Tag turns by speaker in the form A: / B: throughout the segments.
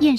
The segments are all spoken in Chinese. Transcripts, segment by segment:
A: 燕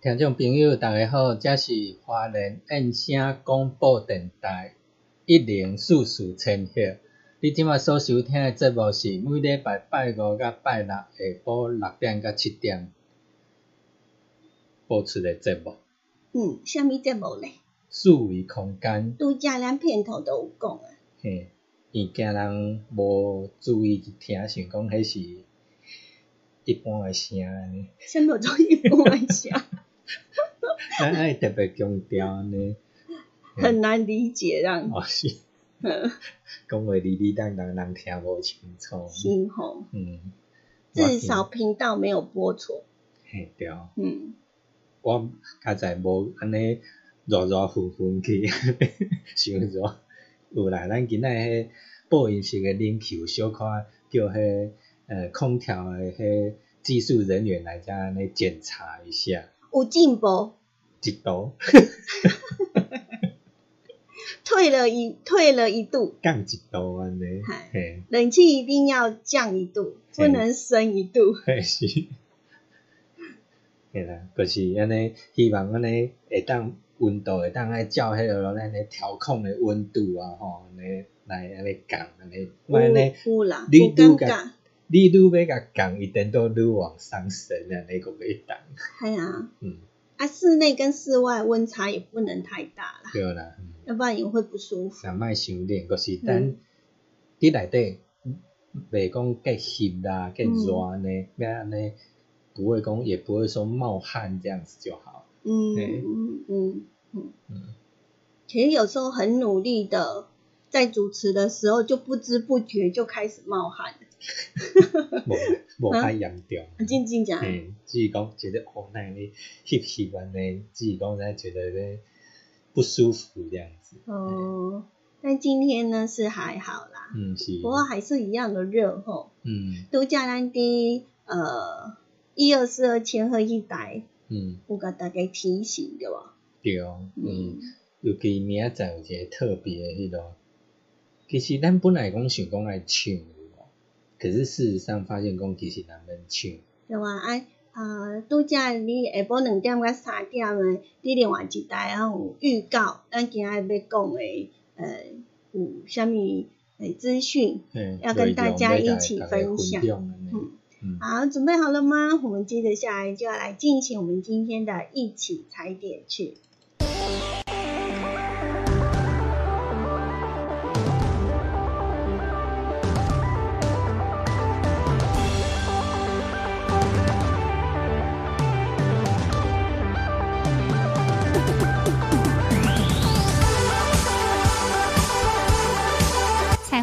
B: 听众朋友，大家好，这是华人燕声广播电台一零四四千赫。你即马所收听的节目是每礼拜拜五甲拜六下晡六点到七点播出的节目。
C: 嗯，什么节目咧？
B: 四维空间，
C: 拄则咱片头都有 讲啊。
B: 嘿，伊惊人无注意去听，想讲迄是一般诶声呢。
C: 什么叫一般声？
B: 咱爱啊特别强调安尼，
C: 很难理解让
B: 哦是，讲话哩哩当当人听无清楚。
C: 心吼，
B: 嗯，我
C: 至
B: 听
C: 少频道没有播错。
B: 嘿对，哦
C: 嗯，
B: 我较早无安尼热热乎乎去， 想热。有啦，咱今仔迄播音室诶冷气有小可叫迄呃空调诶迄技术人员来遮安尼检查一下，
C: 有进步，
B: 一度
C: 退了一退了一度，
B: 降一度安尼
C: 嗨，
B: 嘿，
C: 冷气一定要降一度，不
B: 嗯
C: 能升一度。
B: 嘿是， 嘿啦，就是安尼，希望安尼会当温度会当爱照迄个咱诶调控诶温度啊吼，安尼来安尼降安尼，莫安尼，
C: 有有啦，
B: 你
C: 有
B: 愈
C: 感
B: 甲
C: 觉，
B: 你愈要甲降，伊颠倒愈往上升安尼个袂当，
C: 哎呀，
B: 嗯，
C: 啊，室内跟室外温差也不能太大啦，
B: 对啦，嗯
C: 要不然也会不舒服。
B: 也莫伤冷，就是咱
C: 嗯
B: 伫内底袂讲结翕
C: 嗯
B: 啦、结热安尼，要安尼不会讲，也不会说冒汗这样子就好。
C: 嗯
B: 对
C: 嗯嗯嗯
B: 嗯
C: 其实有时候很努力的，在主持的时候就不知不觉就开始冒汗了，
B: 无无
C: 啊
B: 太严重。
C: 静静讲，
B: 嗯，只是讲觉得哦，那你翕翕安尼，只是讲咱觉得咧不舒服这样子。
C: 哦，但今天呢是还好啦，
B: 嗯，是
C: 不。过还是一样的热吼。
B: 嗯
C: 度假咱的呃一二四二千和一台，
B: 嗯，
C: 有甲大家提醒对吧？
B: 对。嗯，尤其明仔载有一个特别的迄落，其实咱本来讲想讲来唱有无，可是事实上发现讲其实咱免唱。
C: 对哇，啊，呃，拄则你下晡两点到三点诶，你另外一台啊有预告，咱今仔要讲诶，呃，有啥物诶资讯？
B: 嗯
C: 要跟大家一起分享
B: 嗯
C: 嗯
B: 嗯，
C: 好，准备好了吗？我们接着下来就要来进行我们今天的一起踩点去。
A: 才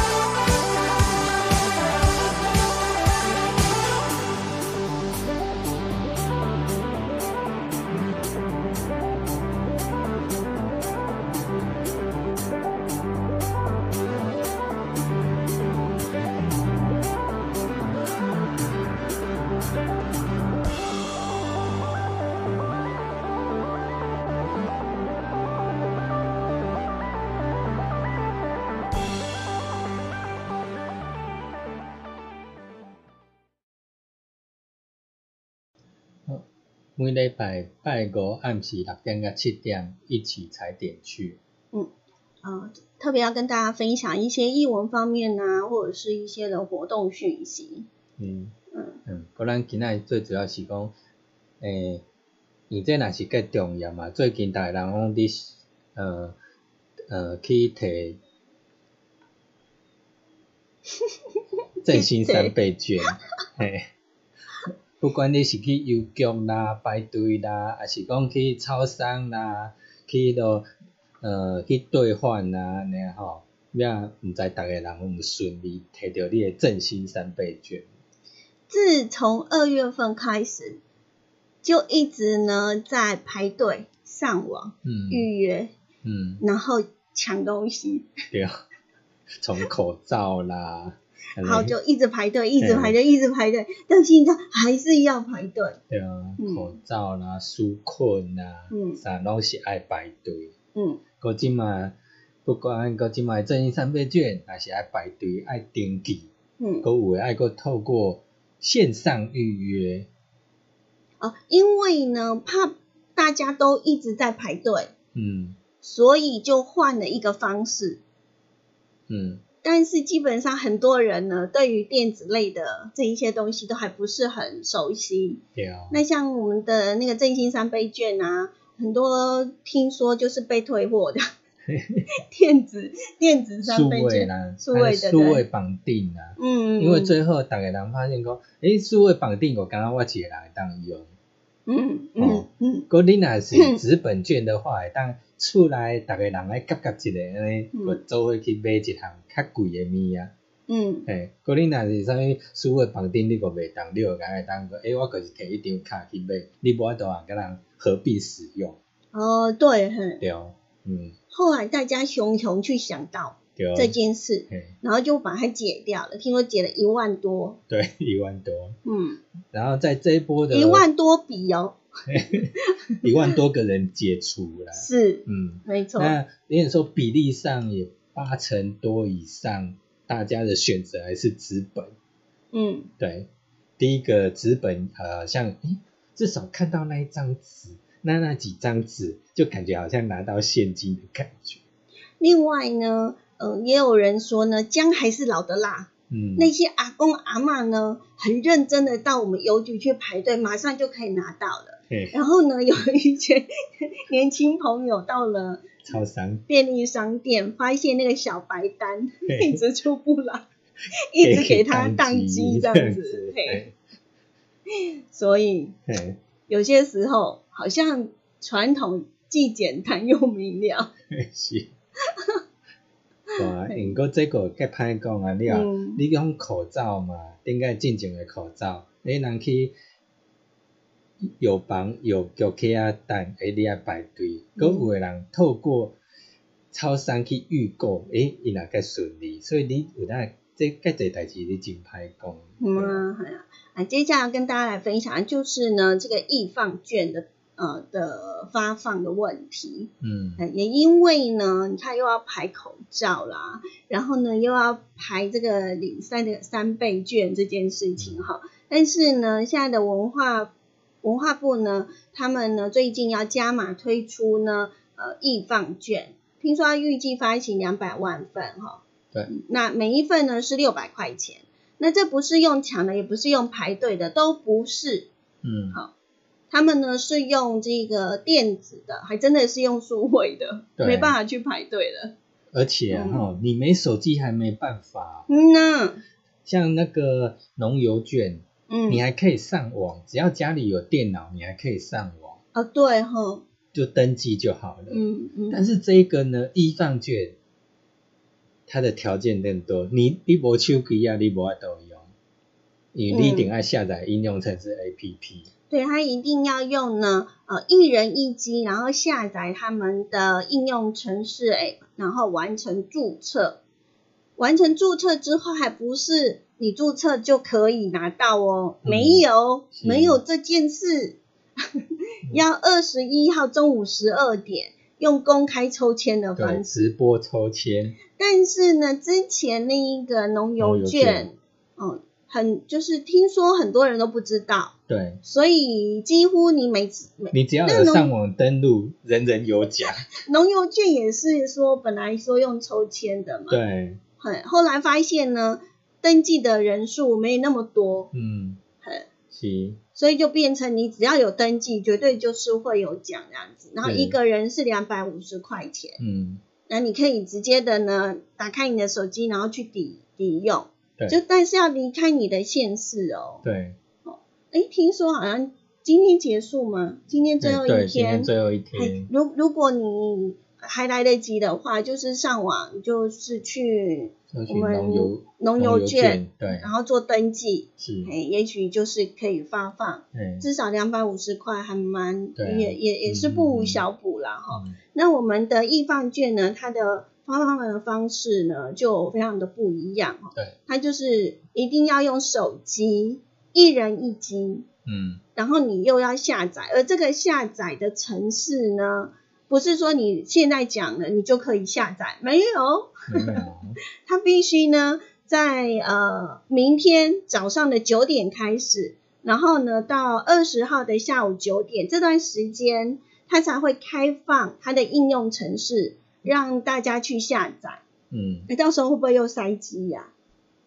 B: 每礼拜拜五暗时六点到七点，一起踩点去。
C: 呃，特别要跟大家分享一些译文方面啊，或者是一些的活动讯息。
B: 嗯
C: 嗯
B: 嗯，个咱今仔最主要是讲，诶、伊这若是计重要嘛。最近逐个人讲你呃呃去摕振兴三倍券，嘿。不管你是去邮局啦、排队啦，还是讲去超商啦，去到呃去兑换啦，安尼吼，呀，毋知逐个人有顺利摕到你诶振兴三倍券。
C: 自从二月份开始，就一直呢在排队上网
B: 嗯
C: 预约，
B: 嗯，
C: 然后抢东西，
B: 对，啊 从口罩啦，安尼
C: 然后就一直排队，一直排队，一直排队，但现在还是要排队。
B: 对啊，
C: 嗯
B: 口罩啦、纾困啦，
C: 嗯
B: 啥拢是爱排队。
C: 嗯，
B: 搁即嘛，不管搁即嘛振兴三倍券，也是爱排队、爱登记，
C: 嗯，
B: 搁有诶爱搁透过线上预约。
C: 哦，因为呢，怕大家都一直在排队，
B: 嗯
C: 所以就换了一个方式。
B: 嗯
C: 但是基本上很多人呢，对于电子类的这一些东西都还不是很熟悉。
B: 对啊，
C: 那像我们的那个振兴三倍券啊，很多听说就是被退货的 电子电子
B: 数
C: 三倍
B: 位
C: 券
B: 啦，
C: 数位
B: 还有
C: 的
B: 数位
C: 对，
B: 绑定啦。
C: 嗯，
B: 因为最后，逐个人发现讲，诶，数位绑定我感觉我一个人会当用，
C: 嗯
B: 哦
C: 嗯嗯
B: 果你若是纸本券的话，会当厝内逐个人来夹夹一个安尼，
C: 嗯
B: 就做伙去买一项较贵的物啊。
C: 嗯
B: 嘿，果你若是啥物输的房顶，你个袂当，你就敢会当讲，诶、我就是摕一张卡去买，你无法度啊，甲人何必使用？
C: 哦对，嘿，
B: 对，嗯，
C: 后来大家熊熊去想到
B: 对，
C: 这件事，
B: 嘿，
C: 然后就把它解掉了，听说解了一万多，
B: 对， 一万多，
C: 嗯，
B: 然后在这一波的
C: 一万多笔哦，
B: 一万多个人解除了，
C: 是
B: 嗯，
C: 没错，
B: 那有点说比例上也八成多以上，大家的选择还是纸本。
C: 嗯。
B: 对，第一个纸本，呃，像诶至少看到那一张纸，那那几张纸，就感觉好像拿到现金的感觉。
C: 另外呢，嗯、也有人说呢，姜还是老的辣。
B: 嗯，
C: 那些阿公阿嬷呢，很认真的到我们邮局去排队，马上就可以拿到了。
B: 嘿
C: 然后呢，有一些 年轻朋友到了
B: 超商
C: 便利商店，发现那个小白单
B: 嘿
C: 一直出不来，一直给他
B: 宕
C: 宕机这样子。嘿，
B: 嘿，
C: 所以
B: 嘿，
C: 有些时候好像传统既简单又明了。
B: 嘿 是。 哇，不过这个较歹讲啊，你啊，
C: 嗯
B: 你讲口罩嘛，顶个进前的口罩，你人去药房、药局去啊等，诶，你啊排队，
C: 嗯
B: 佮有诶人透过超商去预购，诶，伊若较顺利，所以你有当这介侪代志你真歹讲。
C: 嗯啊，哎呀啊，接下来跟大家来分享就是呢，这个易放券的呃的发放的问题。
B: 嗯
C: 呃也因为呢，你看又要排口罩啦，然后呢又要排这个领三的三倍券这件事情哈。但是呢，现在的文化文化部呢，他们呢最近要加码推出呢呃易放券，听说要预计发行两百万份哈。
B: 对
C: 嗯。那每一份呢是六百块钱，那这不是用抢的，也不是用排队的，都不是。
B: 嗯，
C: 他们呢是用这个电子的，还真的是用数位的，
B: 对
C: 没办法去排队了。
B: 而且啊
C: 嗯
B: 吼、你没手机还没办法，
C: 嗯呐，
B: 像那个农邮券，
C: 嗯
B: 你，还可以上网，只要家里有电脑，你还可以上网，
C: 哦，对吼，
B: 就登记就好了。
C: 嗯嗯，
B: 但是这个呢，依仗券它的条件更多，你你无手机啊，你无法度用，因
C: 嗯
B: 为你一定要下载应用程式 APP，、
C: 对他一定要用呢，呃，一人一机，然后下载他们的应用程式 app，然后完成注册。完成注册之后，还不是你注册就可以拿到哦，
B: 嗯
C: 没有，
B: 是
C: 没有这件 事。要二十一号中午十二点用公开抽签的
B: 对，
C: 方式。
B: 直播抽签，
C: 但是呢，之前那一个
B: 农
C: 农游
B: 游
C: 券
B: 券，
C: 嗯，很就是听说很多人都不知道，
B: 对
C: 所以几乎你每次每
B: 你只要有上网登录，人人有 奖，
C: 农游券也是说本来说用抽签的嘛，
B: 对，
C: 很后来发现呢，登记的人数没那么多，
B: 嗯，是，
C: 所以就变成你只要有登记，绝对就是会有奖这样子，然后
B: 嗯
C: 一个人是两百五十块钱，
B: 嗯，
C: 那你可以直接的呢，打开你的手机，然后去抵抵用。
B: 对
C: 就但是要离开你的县市哦。
B: 对，
C: 哎，听说好像今天结束吗？今天最后
B: 对，
C: 一
B: 对，今
C: 天
B: 天。最后一
C: 哎
B: 天，，
C: 如如果你还来得及的话，就是上网，就是去
B: 搜
C: 我
B: 寻农
C: 们
B: 游
C: 农
B: 游
C: 邮券，，
B: 对，
C: 然后做登记，
B: 是，
C: 哎，也许就是可以发放，
B: 哎，
C: 至少两百五十块，还蛮、
B: 对啊
C: 也也也是不无小补啦哈。
B: 嗯
C: 那我们的易放券呢，它的发放的方式呢就非常的不一样哦。
B: 对，
C: 它就是一定要用手机，一人一机，
B: 嗯，
C: 然后你又要下载，而这个下载的程式呢，不是说你现在讲了你就可以下载，没有，
B: 没有，
C: 它必须呢在呃明天早上的九点开始，然后呢到二十号的下午九点这段时间，它才会开放它的应用程式，让大家去下载。
B: 嗯。
C: 那到时候会不会又塞机呀、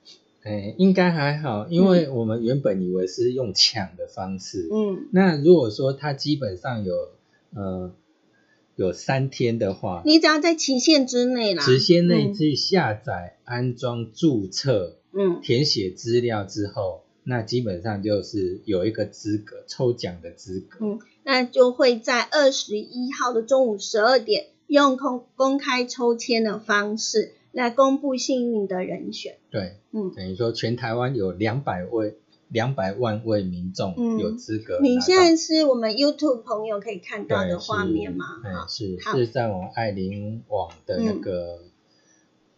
B: 哎，应该还好，因为我们原本以为是用抢的方式。
C: 嗯，
B: 那如果说它基本上有呃有三天的话，
C: 你只要在期限之内啦。
B: 时间内
C: 嗯
B: 去下载、安装、注册、
C: 嗯
B: 填写资料之后，那基本上就是有一个资格抽奖的资格。
C: 嗯那就会在二十一号的中午十二点，用公公开抽签的方式来公布幸运的人选。
B: 对，
C: 嗯，
B: 等于说全台湾有两百位、两百万位民
C: 嗯
B: 众有资格拿到。
C: 你现在是我们 YouTube 朋友可以看到的画面吗？
B: 嗯，
C: 好，嗯
B: 是
C: 好
B: 是在我们爱琳网的那个、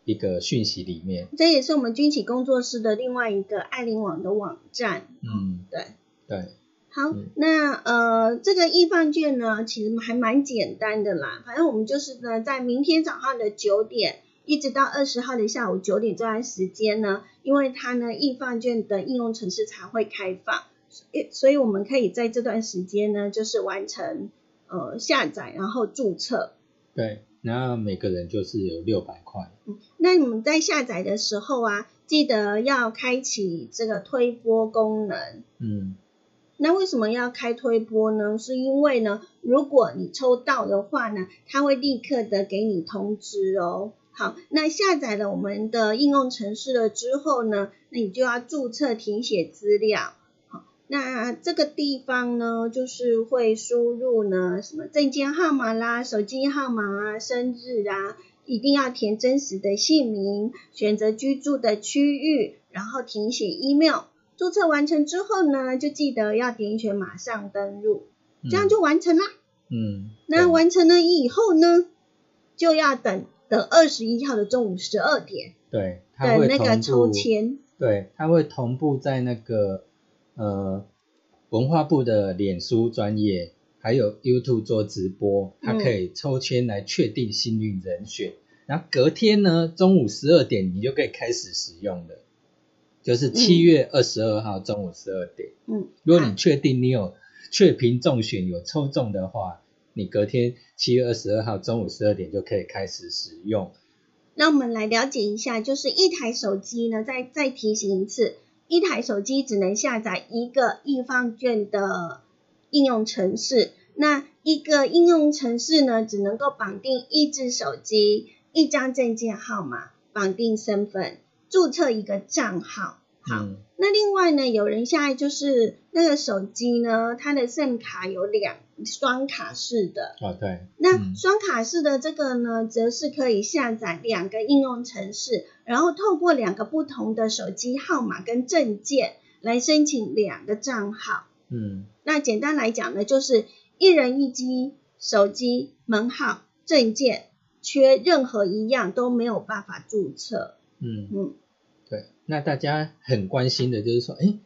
B: 一个讯息里面，
C: 这也是我们军企工作室的另外一个爱琳网的网站。
B: 嗯，
C: 对，
B: 对，
C: 好
B: 嗯，
C: 那呃，这个易放券呢，其实还蛮简单的啦。反正我们就是呢，在明天早上的九点，一直到二十号的下午九点这段时间呢，因为它呢易放券的应用程式才会开放，所以所以我们可以在这段时间呢，就是完成呃下载，然后注册。
B: 对，然后每个人就是有六百块，
C: 那你们在下载的时候啊，记得要开启这个推播功能。
B: 嗯，
C: 那为什么要开推播呢？是因为呢，如果你抽到的话呢，它会立刻的给你通知哦。好，那下载了我们的应用程式了之后呢，那你就要注册填写资料。好，那这个地方呢，就是会输入呢什么证件号码啦、手机号码啊、生日啊，一定要填真实的姓名，选择居住的区域，然后填写 email。注册完成之后呢，就记得要点选马上登录，
B: 嗯
C: 这样就完成啦。
B: 嗯，
C: 那
B: 对
C: 完成了以后呢，就要等等二十一号的中午十二点，
B: 对，它
C: 等
B: 会
C: 那个
B: 同
C: 抽
B: 步，
C: 签。
B: 对，它会同步在那个呃文化部的脸书专业。还有 YouTube 做直播，它
C: 嗯
B: 可以抽签来确定幸运人选，然后隔天呢中午十二点你就可以开始使用了，就是七月二十二号中午十二点。
C: 嗯，
B: 如果你确定你有确评中选有抽中的话，你隔天七月二十二号中午十二点就可以开始使用。
C: 那我们来了解一下，就是一台手机呢，再再提醒一次，一台手机只能下载一个易放券的应用程式。那一个应用程式呢，只能够绑定一只手机、一张证件号码、绑定身份、注册一个账号。好，
B: 嗯
C: 那另外呢，有人现在就是那个手机呢，它的 SIM 卡有两双卡式的，
B: 哦对，
C: 那
B: 嗯
C: 双卡式的这个呢，则是可以下载两个应用程式，然后透过两个不同的手机号码跟证件来申请两个账号。
B: 嗯
C: 那简单来讲呢，就是一人一机，手机、门号、证件，缺任何一样都没有办法注册。
B: 嗯。
C: 嗯，
B: 对，那大家很关心的就是说，诶，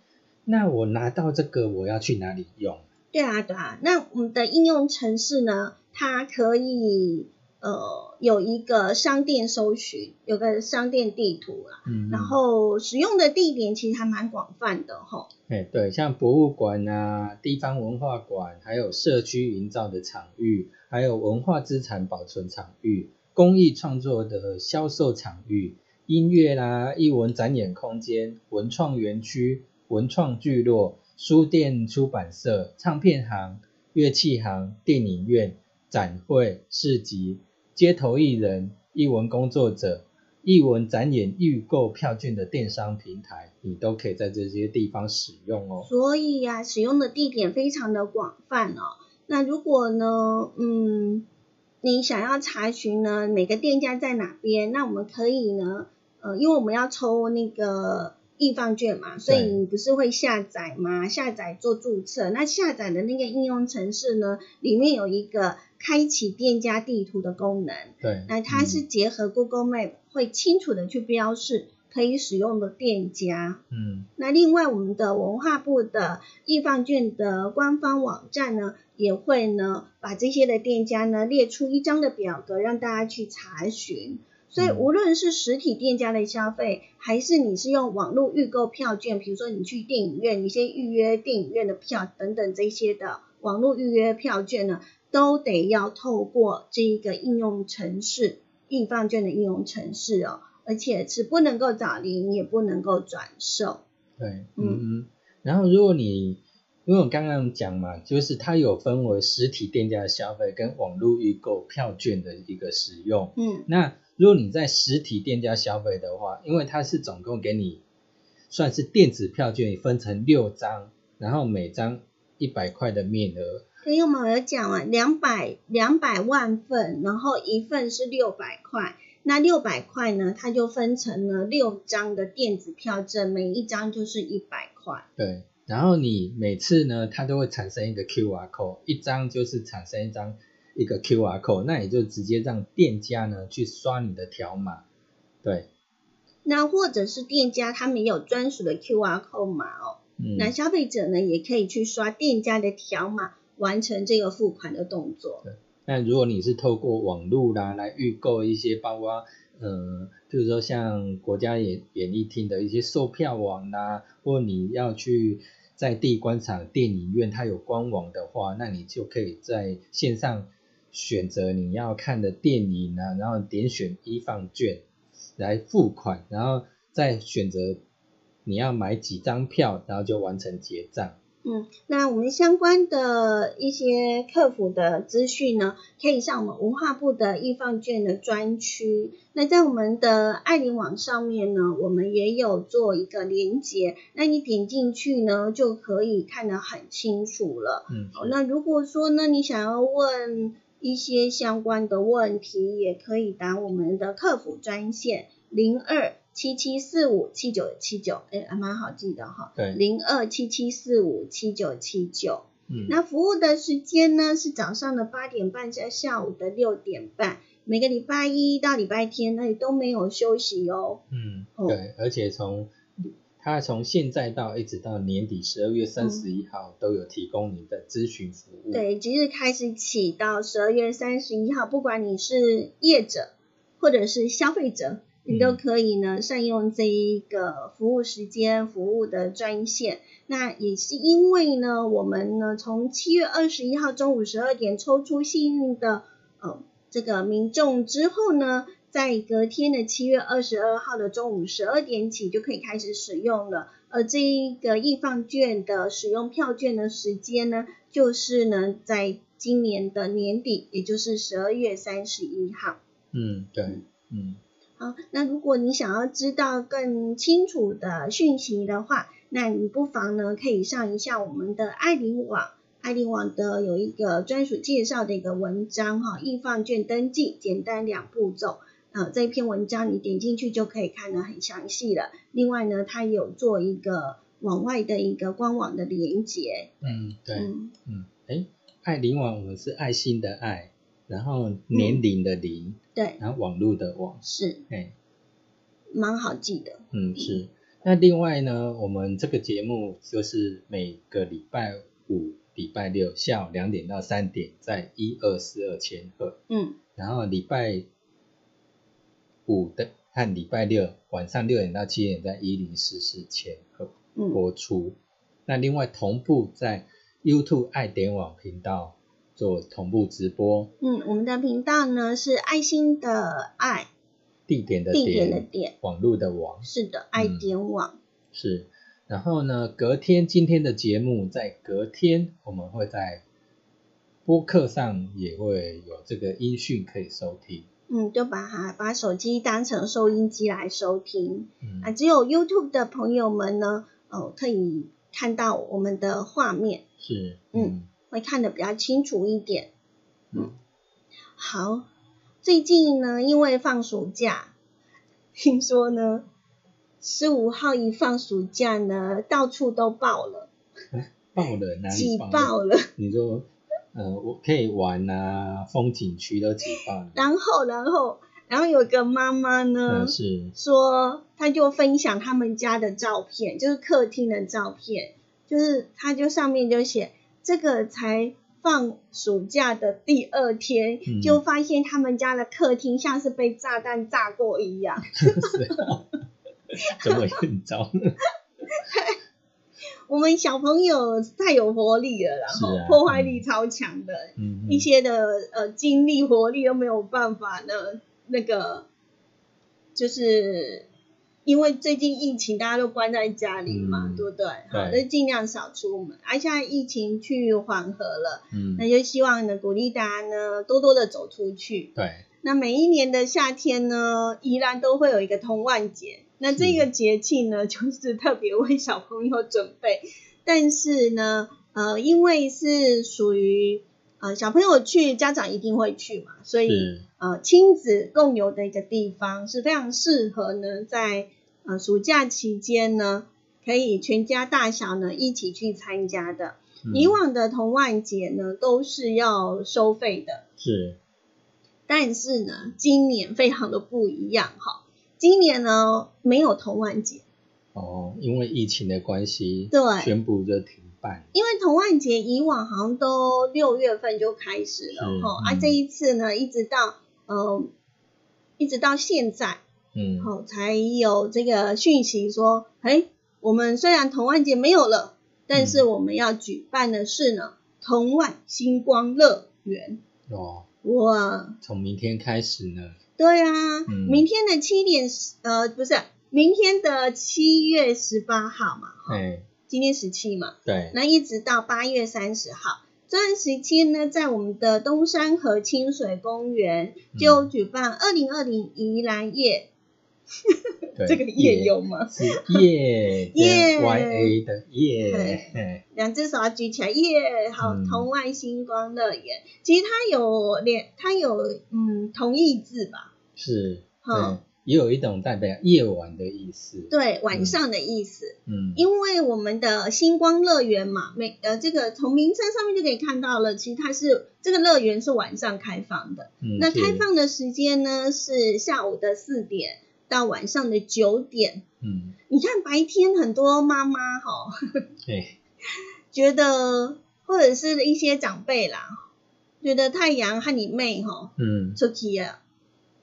B: 那我拿到这个我要去哪里用？
C: 对啊，对啊。那我们的应用程式呢，它可以呃有一个商店搜寻，有个商店地图啊。
B: 嗯
C: 然，后使用的地点其实还蛮广泛的吼、
B: 哎，对，像博物馆啊、地方文化馆，还有社区营造的场域，还有文化资产保存场域、工艺创作的销售场域、音乐啦、艺文展演空间、文创园区、文创聚落、书店、出版社、唱片行、乐器行、电影院、展会、市集、街头艺人、艺文工作者、艺文展演预购票券的电商平台，你都可以在这些地方使用哦。
C: 所以呀、使用的地点非常的广泛哦。那如果呢，嗯，你想要查询呢每个店家在哪边，那我们可以呢，呃，因为我们要抽那个易放券嘛，所以
B: 对
C: 你不是会下载吗？下载做注册，那下载的那个应用程式呢，里面有一个开启店家地图的功能，
B: 对，
C: 那它是
B: 嗯
C: 结合 Google Map 会清楚的去标示可以使用的店家。
B: 嗯
C: 那另外，我们的文化部的易放券的官方网站呢，也会呢把这些的店家呢列出一张的表格，让大家去查询。所以，
B: 嗯
C: 无论是实体店家的消费，还是你是用网络预购票券，比如说你去电影院，你先预约电影院的票等等这些的网络预约票券呢，都得要透过这一个应用程式易放券的应用程式哦，而且是不能够找零，也不能够转售。
B: 对，嗯嗯。然后如果你，因为我刚刚讲嘛，就是它有分为实体店家的消费跟网络预购票券的一个使用。
C: 嗯
B: 那如果你在实体店家消费的话，因为它是总共给你算是电子票券，分成六张，然后每张一百块的面额，，
C: 因为我们有讲啊，两百两百万份，然后一份是六百块，那六百块呢，它就分成了六张的电子票证，每一张就是一百块。
B: 对，然后你每次呢，它都会产生一个 QR code，一张就是产生一张一个 QR code，那也就直接让店家呢去刷你的条码，对，
C: 那或者是店家他们也有专属的 QR code 码哦，
B: 嗯，
C: 那消费者呢也可以去刷店家的条码，完成这个付款的动作。
B: 那如果你是透过网络啦来预购一些，包括呃，譬如说像国家演演艺厅的一些售票网啦，或你要去在地观赏电影院，它有官网的话，那你就可以在线上选择你要看的电影啊，然后点选一放券来付款，然后再选择你要买几张票，然后就完成结账。
C: 嗯，那我们相关的一些客服的资讯呢，可以上我们文化部的易放券的专区。那在我们的爱联网上面呢，我们也有做一个连接，那你点进去呢，就可以看得很清楚了。
B: 嗯，
C: 好，那如果说呢，你想要问一些相关的问题，也可以打我们的客服专线零二七七四五七九七九，哎，还蛮好记的哈。
B: 对
C: 零二七七四五七九七九。
B: 嗯，
C: 那服务的时间呢是早上的八点半到下午的六点半，每个礼拜一到礼拜天那里都没有休息哦。
B: 嗯，
C: 哦
B: 对，而且从他从现在到一直到年底十二月三十一号都有提供你的咨询服务。，
C: 哦对，即日开始起到十二月三十一号，不管你是业者或者是消费者，你都
B: 嗯
C: 可以呢善用这一个服务时间、服务的专线。那也是因为呢，我们呢从七月二十一号中午十二点抽出幸运的呃这个民众之后呢，在隔天的七月二十二号的中午十二点起就可以开始使用了。而这一个易放券的使用票券的时间呢，就是呢在今年的年底，也就是十二月三十一号。
B: 嗯，对，嗯，
C: 啊、那如果你想要知道更清楚的讯息的话，那你不妨呢可以上一下我们的爱灵网，爱灵网的有一个专属介绍的一个文章哈，易放券登记简单两步骤。呃，这一篇文章你点进去就可以看得很详细了。另外呢，它有做一个往外的一个官网的连接。
B: 嗯，对，
C: 嗯，
B: 嗯，哎，爱灵网我们是爱心的爱，然后
C: 嗯
B: 年龄的龄，
C: 对，
B: 然后网络的网，
C: 是
B: 哎，
C: 蛮好记的。
B: 嗯是。那另外呢，我们这个节目就是每个礼拜五、礼拜六下午两点到三点，在一二四二千赫，
C: 嗯，
B: 然后礼拜五的和礼拜六晚上六点到七点，在一零四四千赫
C: 嗯，
B: 播出。那另外同步在 YouTube 爱点网频道做同步直播，
C: 嗯，我们的频道呢是爱心的爱，
B: 地点的
C: 地点的点，
B: 网络的网
C: 是的，爱
B: 嗯
C: 点网。
B: 是。然后呢，隔天今天的节目在隔天我们会在播客上也会有这个音讯可以收听。
C: 嗯，就把它把手机当成收音机来收听
B: 嗯
C: 啊。只有 YouTube 的朋友们呢，哦，可以看到我们的画面，
B: 是，
C: 嗯会看得比较清楚一点。
B: 嗯
C: 好，最近呢，因为放暑假，听说呢，十五号一放暑假呢，到处都爆了，
B: 爆了哪
C: 挤
B: 里爆了？
C: 爆了。
B: 你说，呃，我可以玩啊，风景区都挤爆了。
C: 然后，然后，然后有个妈妈呢，
B: 嗯，是，
C: 说她就分享他们家的照片，就是客厅的照片，就是她就上面就写这个才。放暑假的第二天，
B: 嗯
C: 就发现他们家的客厅像是被炸弹炸过一样，
B: 怎么更 糟？
C: 我们小朋友太有活力了啦，然
B: 是
C: 后、
B: 啊
C: 破坏力超强的，
B: 嗯，
C: 一些的呃精力活力都没有办法呢，那个就是因为最近疫情大家都关在家里嘛，
B: 嗯
C: 对不对？
B: 对
C: 好，那尽量少出门，而、现在疫情去缓和了，
B: 嗯，
C: 那就希望呢鼓励大家呢多多的走出去，
B: 对，
C: 那每一年的夏天呢，宜兰都会有一个童万节。那这个节气
B: 嗯
C: 呢，就是特别为小朋友准备。但是呢，呃，因为是属于呃小朋友去，家长一定会去嘛，所以
B: 是，
C: 呃亲子共游的一个地方是非常适合呢，在呃暑假期间呢，可以全家大小呢一起去参加的。
B: 嗯
C: 以往的童万节呢，都是要收费的。
B: 是，
C: 但是呢，今年非常的不一样哈。今年呢没有童玩节，
B: 哦，因为疫情的关系，
C: 对
B: 宣布就停办。
C: 因为童玩节以往好像都六月份就开始了
B: 是
C: 哈，
B: 嗯
C: 啊这一次呢一直到呃一直到现在
B: 嗯，
C: 哦才有这个讯息说，哎，我们虽然童玩节没有了，但
B: 嗯
C: 是我们要举办的是呢童玩星光乐园，
B: 哦，
C: 哇，
B: 从明天开始呢，
C: 对啊，
B: 嗯
C: 明天的七点十呃不是，明天的七月十八号嘛，
B: 哎，
C: 今天十七嘛，
B: 对，
C: 那一直到八月三十号这段时间呢，在我们的东山河清水公园
B: 嗯
C: 就举办二零二零宜兰夜，
B: 对
C: 这个夜有吗？
B: 是夜
C: 夜
B: Y A 的夜，
C: 对
B: 哎
C: 两只手要举起来，耶！好，
B: 嗯
C: 同外星光乐园，其实它有连它有嗯同义字吧，
B: 是，
C: 好
B: 嗯，也有一种代表夜晚的意思。，
C: 对，晚上的意思。
B: 嗯，
C: 因为我们的星光乐园嘛，每呃这个从名称上面就可以看到了，其实它是这个乐园是晚上开放的。
B: 嗯
C: 那
B: 是
C: 开放的时间呢是下午的四点到晚上的九点。
B: 嗯，
C: 你看白天很多妈妈哈、
B: 对，
C: 觉得或者是一些长辈啦，觉得太阳和你妹哈、
B: 嗯，
C: 出去啊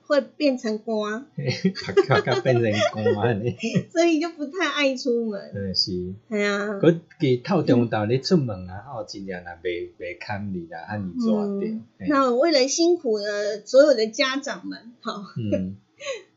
C: 会变成光，
B: 卡卡卡变成公啊呢，
C: 所以就不太爱出门。
B: 嗯是。
C: 哎呀、
B: 佮佮透中昼你出门啊，吼，真正若袂袂堪你啦，和你抓着
C: 嗯。那为了辛苦呢，所有的家长们，好，
B: 嘿嗯，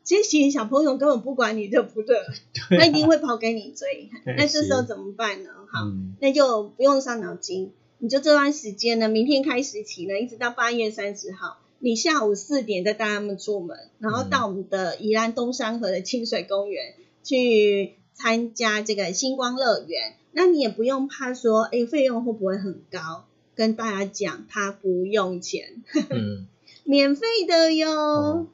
C: 其实小朋友根本不管你热不热，
B: 对啊
C: 他一定会跑给你追。
B: 对
C: 那这时候
B: 是
C: 怎么办呢？好，
B: 嗯
C: 那就不用伤脑筋，你就这段时间呢，明天开始起呢，一直到八月三十号，你下午四点再带他们出门，然后到我们的宜兰东山河的清水公园去参加这个星光乐园。那你也不用怕说，哎，费用会不会很高？跟大家讲，它不用钱，
B: 嗯，
C: 免费的哟。
B: 哦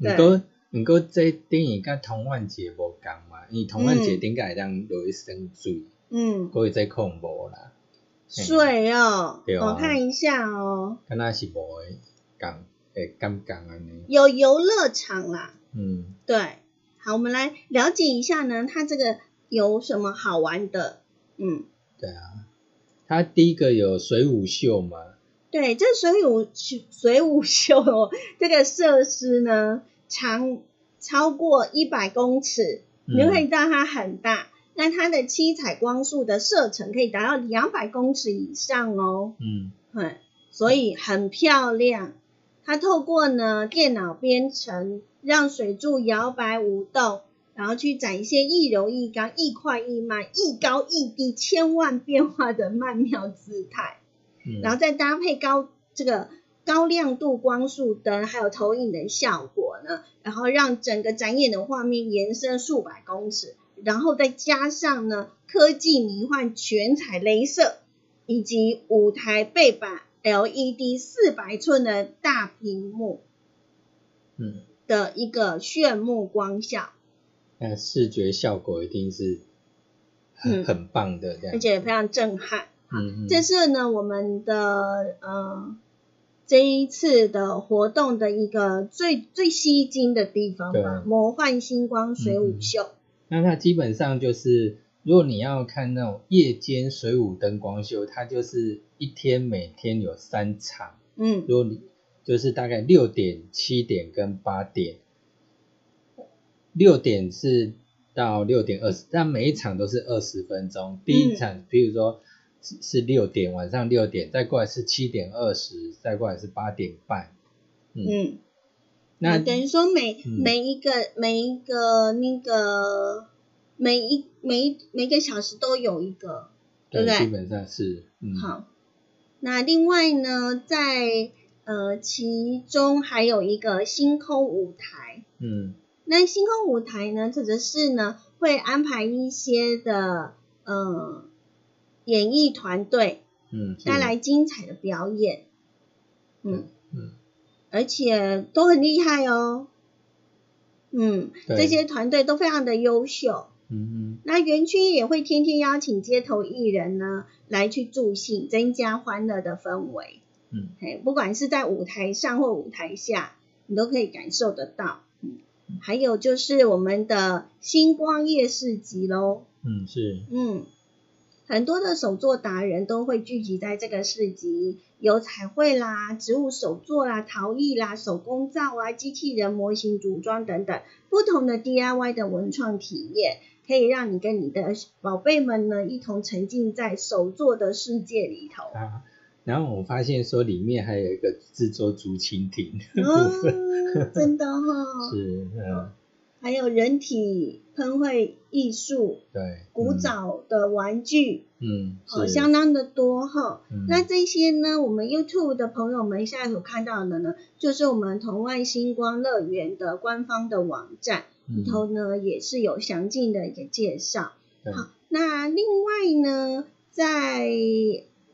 B: 毋
C: 对
B: 过毋过，这等于甲童玩节无共嘛，因为童玩节
C: 嗯
B: 顶个会当落去生水，
C: 嗯，
B: 所以这可能无啦，嘿
C: 水哦，
B: 对
C: 我、
B: 啊
C: 看一下哦，
B: 敢若是无诶共会感觉安尼，
C: 有游乐场啦。
B: 嗯
C: 对，好，我们来了解一下呢，它这个有什么好玩的？嗯，
B: 对啊，它第一个有水舞秀嘛，
C: 对，这水舞水舞秀哦，这个设施呢，长超过一百公尺，
B: 嗯
C: 你就可以知道它很大。那它的七彩光束的射程可以达到两百公尺以上哦，
B: 嗯
C: 嗯，所以很漂亮。它透过呢电脑编程，让水柱摇摆舞动，然后去展现一柔一刚、一快一慢、一高一低、千万变化的曼妙姿态。
B: 嗯，
C: 然后再搭配高这个高亮度光束灯，还有投影的效果呢，然后让整个展演的画面延伸数百公尺，然后再加上呢科技迷幻全彩镭射，以及舞台背板 LED 四百寸的大屏幕
B: 嗯，
C: 的一个炫目光效，
B: 那视觉效果一定是很、
C: 嗯
B: 很棒的，这样，
C: 而且非常震撼。
B: 嗯嗯，
C: 这是呢我们的呃这一次的活动的一个最最吸睛的地方
B: 对嗯
C: 吧
B: 啊，
C: 魔幻星光水舞秀。
B: 那它基本上就是，如果你要看那种夜间水舞灯光秀，它就是一天每天有三场，
C: 嗯
B: 如果你就是大概六点、七点跟八点，六点是到六点二十，但每一场都是二十分钟。第
C: 嗯
B: 一场，比如说是是六点，晚上六点，再过来是七点二十，再过来是八点半。
C: 嗯，
B: 那
C: 等于说每、
B: 嗯
C: 每一个每一个那个每一每一每个小时都有一个。对
B: 对，
C: 不对
B: 基本上是嗯，
C: 好，那另外呢，在呃其中还有一个星空舞台，
B: 嗯
C: 那星空舞台呢，这则是呢会安排一些的呃演艺团队
B: 嗯，是
C: 带来精彩的表演，嗯
B: 嗯嗯，
C: 而且都很厉害哦，嗯，
B: 对
C: 这些团队都非常的优秀。
B: 嗯嗯
C: 那园区也会天天邀请街头艺人呢来去助兴，增加欢乐的氛围。
B: 嗯，
C: 哎，不管是在舞台上或舞台下，你都可以感受得到。嗯，还有就是我们的星光夜市集喽。
B: 嗯是
C: 嗯，很多的手作达人都会聚集在这个市集，有彩绘啦、植物手作啦、陶艺啦、手工皂啊、机器人模型组装等等不同的 DIY 的文创体验，可以让你跟你的宝贝们呢一同沉浸在手作的世界里头。
B: 啊。然后我发现说里面还有一个制作竹蜻蜓的部分，
C: 哦，真的哈、哦，
B: 是嗯
C: 还有人体喷绘艺术、
B: 对，
C: 古
B: 嗯
C: 早的玩具，
B: 嗯
C: 哦，
B: 是
C: 相当的多哈、
B: 嗯
C: 那这些呢，我们 YouTube 的朋友们现在所看到的呢，就是我们同外星光乐园的官方的网站里
B: 嗯
C: 头呢，也是有详尽的一个介绍。
B: 对
C: 好，那另外呢，在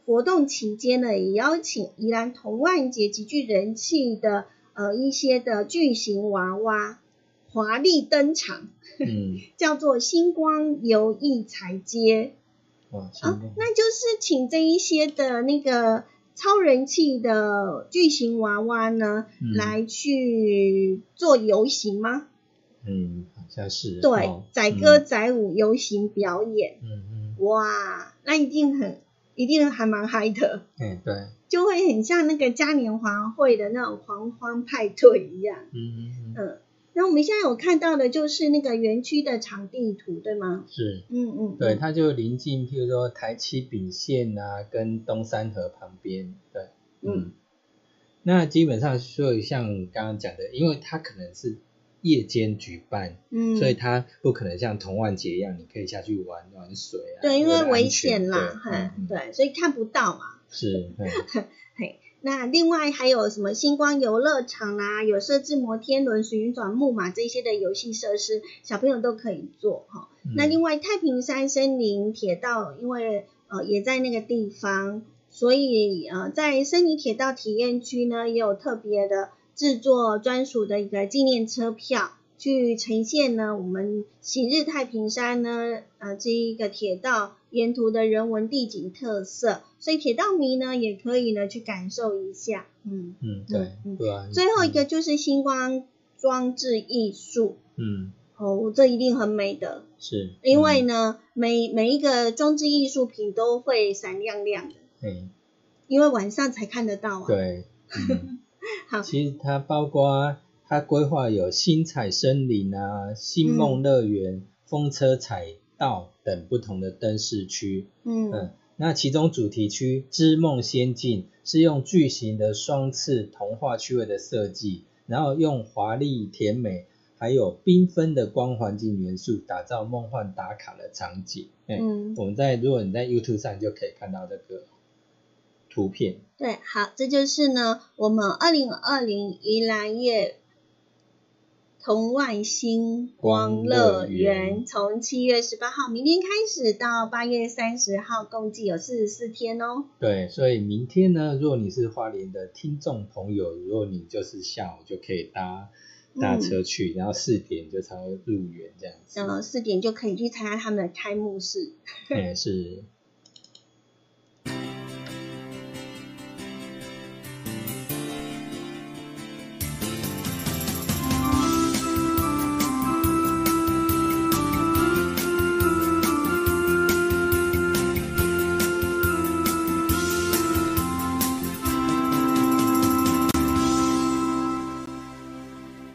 C: 活动期间呢，也邀请宜兰同万节极具人气的呃一些的巨型娃娃华丽登场，
B: 嗯
C: 叫做星光游艺彩街。
B: 哇，行
C: 啊，那就是请这一些的那个超人气的巨型娃娃呢，
B: 嗯
C: 来去做游行吗？
B: 嗯好像是
C: 对，
B: 哦
C: 载歌
B: 嗯
C: 载舞游行表演，
B: 嗯嗯
C: 哇，那一定很，一定还蛮嗨的，
B: 哎对
C: 就会很像那个嘉年华会的那种狂欢派对一样。
B: 嗯嗯嗯
C: 嗯，那我们现在有看到的就是那个园区的场地图，对吗？
B: 是。
C: 嗯嗯，嗯
B: 对，它就临近，譬如说台七丙线啊，跟东山河旁边，对，
C: 嗯
B: 嗯，那基本上就像刚刚讲的，因为它可能是夜间举办，
C: 嗯，
B: 所以它不可能像童万节一样，你可以下去玩玩水啊，
C: 对，因
B: 为
C: 为
B: 了
C: 危
B: 安全
C: 险啦，
B: 对嗯
C: 嘿
B: 嗯嗯
C: 对，所以看不到嘛。
B: 是，嗯
C: 那另外还有什么星光游乐场啦、有设置摩天轮、旋转木马这些的游戏设施，小朋友都可以做哈、
B: 嗯
C: 那另外太平山森林铁道，因为呃也在那个地方，所以呃在森林铁道体验区呢，也有特别的制作专属的一个纪念车票，去呈现呢我们昔日太平山呢呃这一个铁道沿途的人文地景特色，所以铁道迷呢也可以呢去感受一下，嗯。
B: 嗯，对
C: 嗯，
B: 对啊。
C: 最后一个就是星光装置艺术，
B: 嗯，嗯，
C: 哦，这一定很美的，
B: 是，
C: 因为
B: 嗯，
C: 呢，每每一个装置艺术品都会闪亮亮的，
B: 嗯嘿
C: 因为晚上才看得到啊。
B: 对， 嗯
C: 好
B: 其实它包括它规划有新彩森林啊、星梦乐园、风车彩道等不同的灯饰区。
C: 嗯
B: 嗯，那其中主题区“织梦仙境”是用巨型的双翅童话趣味的设计，然后用华丽甜美还有缤纷的光环境元素，打造梦幻打卡的场景。哎、
C: 嗯，
B: 我们在如果你在 YouTube 上就可以看到这个图片。
C: 对，好，这就是呢，我们二零二零宜兰夜同万星光乐园，从七月十八号明天开始到八月三十号，共计有四十四天哦。
B: 对，所以明天呢，如果你是花莲的听众朋友，如果你就是下午就可以搭搭车去，然后四点就才会入园这样子。
C: 嗯然后四点就可以去参加他们的开幕式。
B: 哎、是。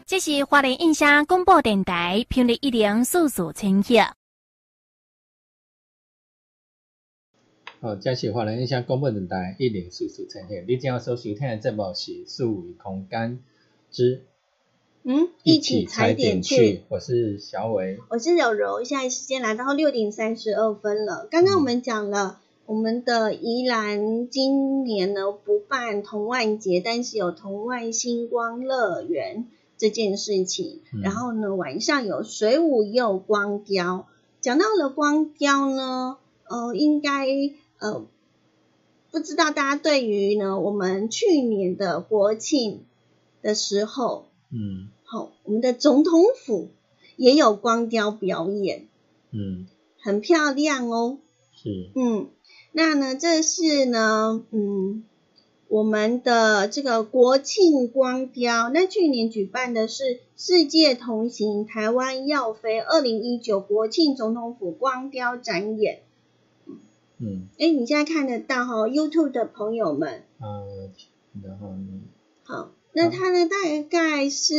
D: 这是花莲印象广播电台频率一零四四千赫。
B: 好，这是华人印象广播电台一零四四呈现。你今要收收听的节目是《四维空间之
C: 嗯，一起踩点去。，
B: 我是小伟。
C: 我是柔柔，现在时间来到六点三十二分了。刚刚我们讲了，我们的宜兰今年呢不办同万节，但是有同万星光乐园这件事情。
B: 嗯
C: 然后呢，晚上有水舞，也有光雕。讲到了光雕呢，呃，应该呃，不知道大家对于呢我们去年的国庆的时候，
B: 嗯
C: 好，我们的总统府也有光雕表演，
B: 嗯，
C: 很漂亮哦。
B: 是
C: 嗯，那呢，这是呢，嗯，我们的这个国庆光雕。那去年举办的是世界同行台湾耀飞二零一九国庆总统府光雕展演。
B: 嗯
C: 哎，你现在看得到哈、哦、，YouTube 的朋友们，
B: 呃，然后呢？
C: 好，那它呢大概是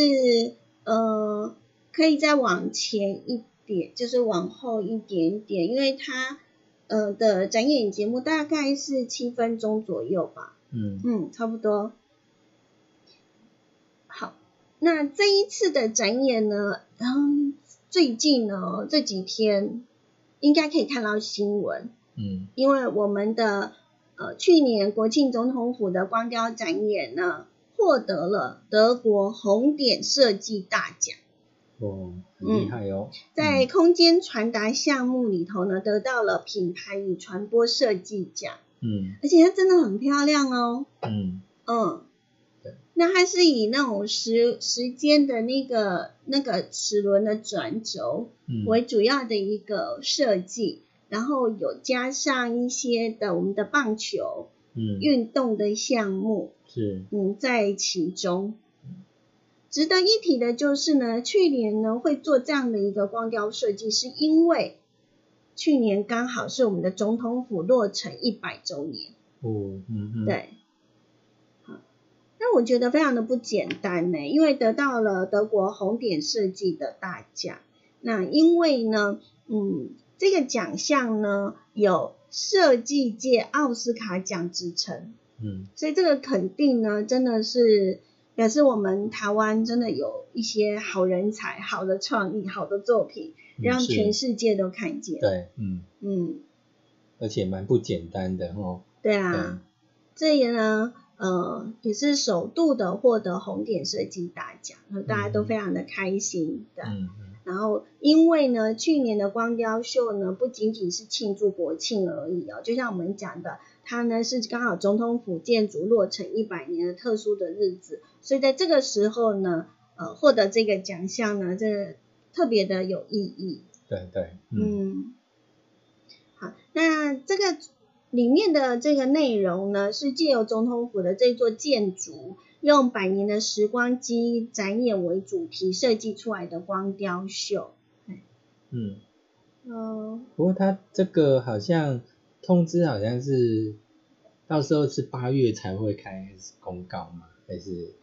C: 呃，可以再往前一点，就是往后一点点，因为它呃的展演节目大概是七分钟左右吧，
B: 嗯
C: 嗯，差不多。好，那这一次的展演呢，嗯，最近呢这几天应该可以看到新闻，
B: 嗯
C: 因为我们的呃去年国庆总统府的光雕展演呢，获得了德国红点设计大奖，
B: 哦，很厉害哦。
C: 在空间传达项目里头呢，得到了品牌与传播设计奖，
B: 嗯
C: 而且它真的很漂亮哦，
B: 嗯
C: 嗯
B: 对。
C: 那它是以那种时时间的那个那个齿轮的转轴
B: 嗯，
C: 为主要的一个设计，然后有加上一些的我们的棒球，
B: 嗯
C: 运动的项目，
B: 是
C: 嗯，在其中。值得一提的就是呢，去年呢会做这样的一个光雕设计，是因为去年刚好是我们的总统府落成一百周年，
B: 哦嗯嗯
C: 对。好那我觉得非常的不简单呢，因为得到了德国红点设计的大奖。那因为呢，嗯，这个奖项呢有设计界奥斯卡奖之称，
B: 嗯
C: 所以这个肯定呢，真的是表示我们台湾真的有一些好人才、好的创意、好的作品，
B: 嗯
C: 让
B: 是
C: 全世界都看见。，
B: 对嗯，
C: 嗯，啊
B: 而且蛮不简单的哦。
C: 对啊，这也呢，呃，也是首度的获得红点设计大奖，大家都非常的开心的。
B: 嗯嗯
C: 然后，因为呢，去年的光雕秀呢，不仅仅是庆祝国庆而已哦，就像我们讲的，它呢是刚好总统府建筑落成一百年的特殊的日子，所以在这个时候呢，呃，获得这个奖项呢，这特别的有意义。
B: 对对，嗯
C: 嗯，好，那这个里面的这个内容呢，是借由总统府的这座建筑，用百年的时光机展演为主题设计出来的光雕秀。
B: 嗯。
C: 嗯，
B: 不过它这个好像通知好像是到时候是八月才会开始公告吗？还是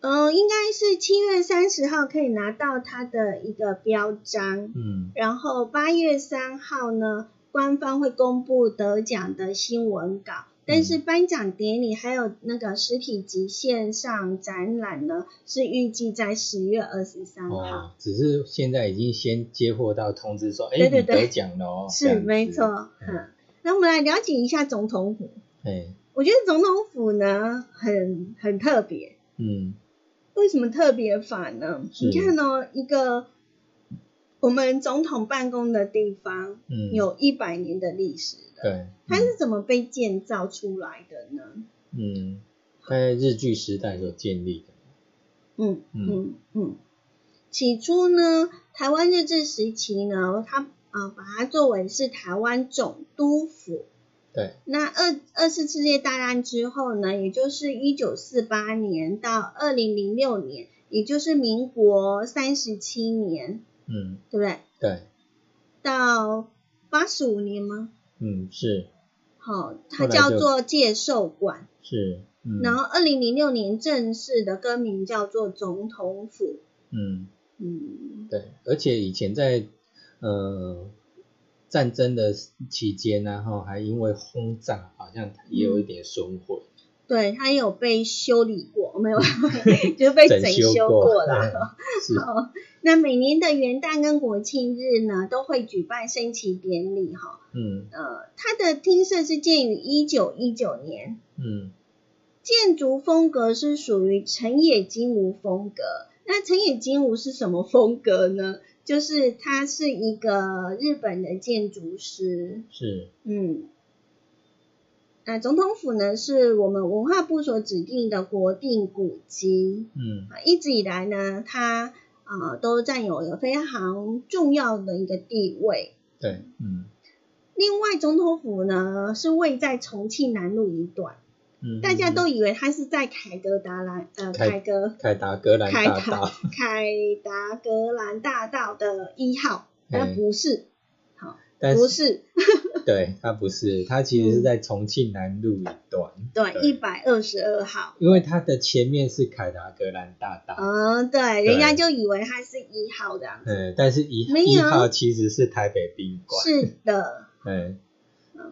C: 呃，应该是七月三十号可以拿到它的一个标章，
B: 嗯
C: 然后八月三号呢，官方会公布得奖的新闻稿。但是颁奖典礼还有那个实体及线上展览呢，是预计在十月二十三号。
B: 哦，只是现在已经先接获到通知说，哎，
C: 对对
B: 你
C: 对
B: 得奖了哦，这
C: 是
B: 样子
C: 没错，嗯。那我们来了解一下总统府。
B: 哎
C: 我觉得总统府呢，很很特别。
B: 嗯
C: 为什么特别法呢？
B: 是
C: 你看哦，一个我们总统办公的地方，
B: 嗯
C: 有一百年的历史了。
B: 对，
C: 它
B: 嗯
C: 是怎么被建造出来的呢？
B: 嗯，在日据时代所建立的，
C: 嗯
B: 嗯
C: 嗯嗯，起初呢，台湾日治时期呢，它啊、呃把它作为是台湾总督府。
B: 对，
C: 那二二次世界大战之后呢，也就是一九四八年到二零零六年，也就是民国三十七年，
B: 嗯
C: 对不对？
B: 对，
C: 到八十五年吗？
B: 嗯是
C: 好、
B: 后
C: 它
B: 来
C: 叫
B: 就
C: 做介寿馆。
B: 是，嗯
C: 然后二零零六年正式的更名叫做总统府。
B: 嗯
C: 嗯，
B: 对，而且以前在呃战争的期间呢，哈，还因为轰炸，好像也有一点
C: 嗯
B: 损毁，
C: 对，它有被修理过，哦没有，就是被整
B: 修
C: 修
B: 过啊
C: 过了。，哦
B: 是，
C: 那每年的元旦跟国庆日呢，都会举办升旗典礼哈。
B: 嗯
C: 呃，它的厅舍是建于一九一九年，
B: 嗯
C: 建筑风格是属于城野金吾风格。那城野金吾是什么风格呢？就是他是一个日本的建筑师，
B: 是，
C: 嗯，那总统府呢是我们文化部所指定的国定古迹
B: 嗯
C: 啊，一直以来呢，它啊、呃都占有有非常重要的一个地位。
B: 对，嗯
C: 另外，总统府呢是位在重庆南路一段，
B: 嗯，
C: 大家都以为它是在凯格达兰呃
B: 凯
C: 凯格
B: 凯达格兰
C: 凯
B: 大
C: 达
B: 道，
C: 凯达格兰大道的一号，
B: 哎
C: 但不是，
B: 但
C: 不
B: 是
C: 是，
B: 对它不是，它其实是在重庆南路一段，
C: 嗯对，一百二十二号。
B: 因为它的前面是凯达格兰大道。
C: 嗯，对，人家就以为他是一号这样子。
B: 嗯，但是一
C: 没有
B: 一号其实是台北宾馆，
C: 是的，
B: 嗯，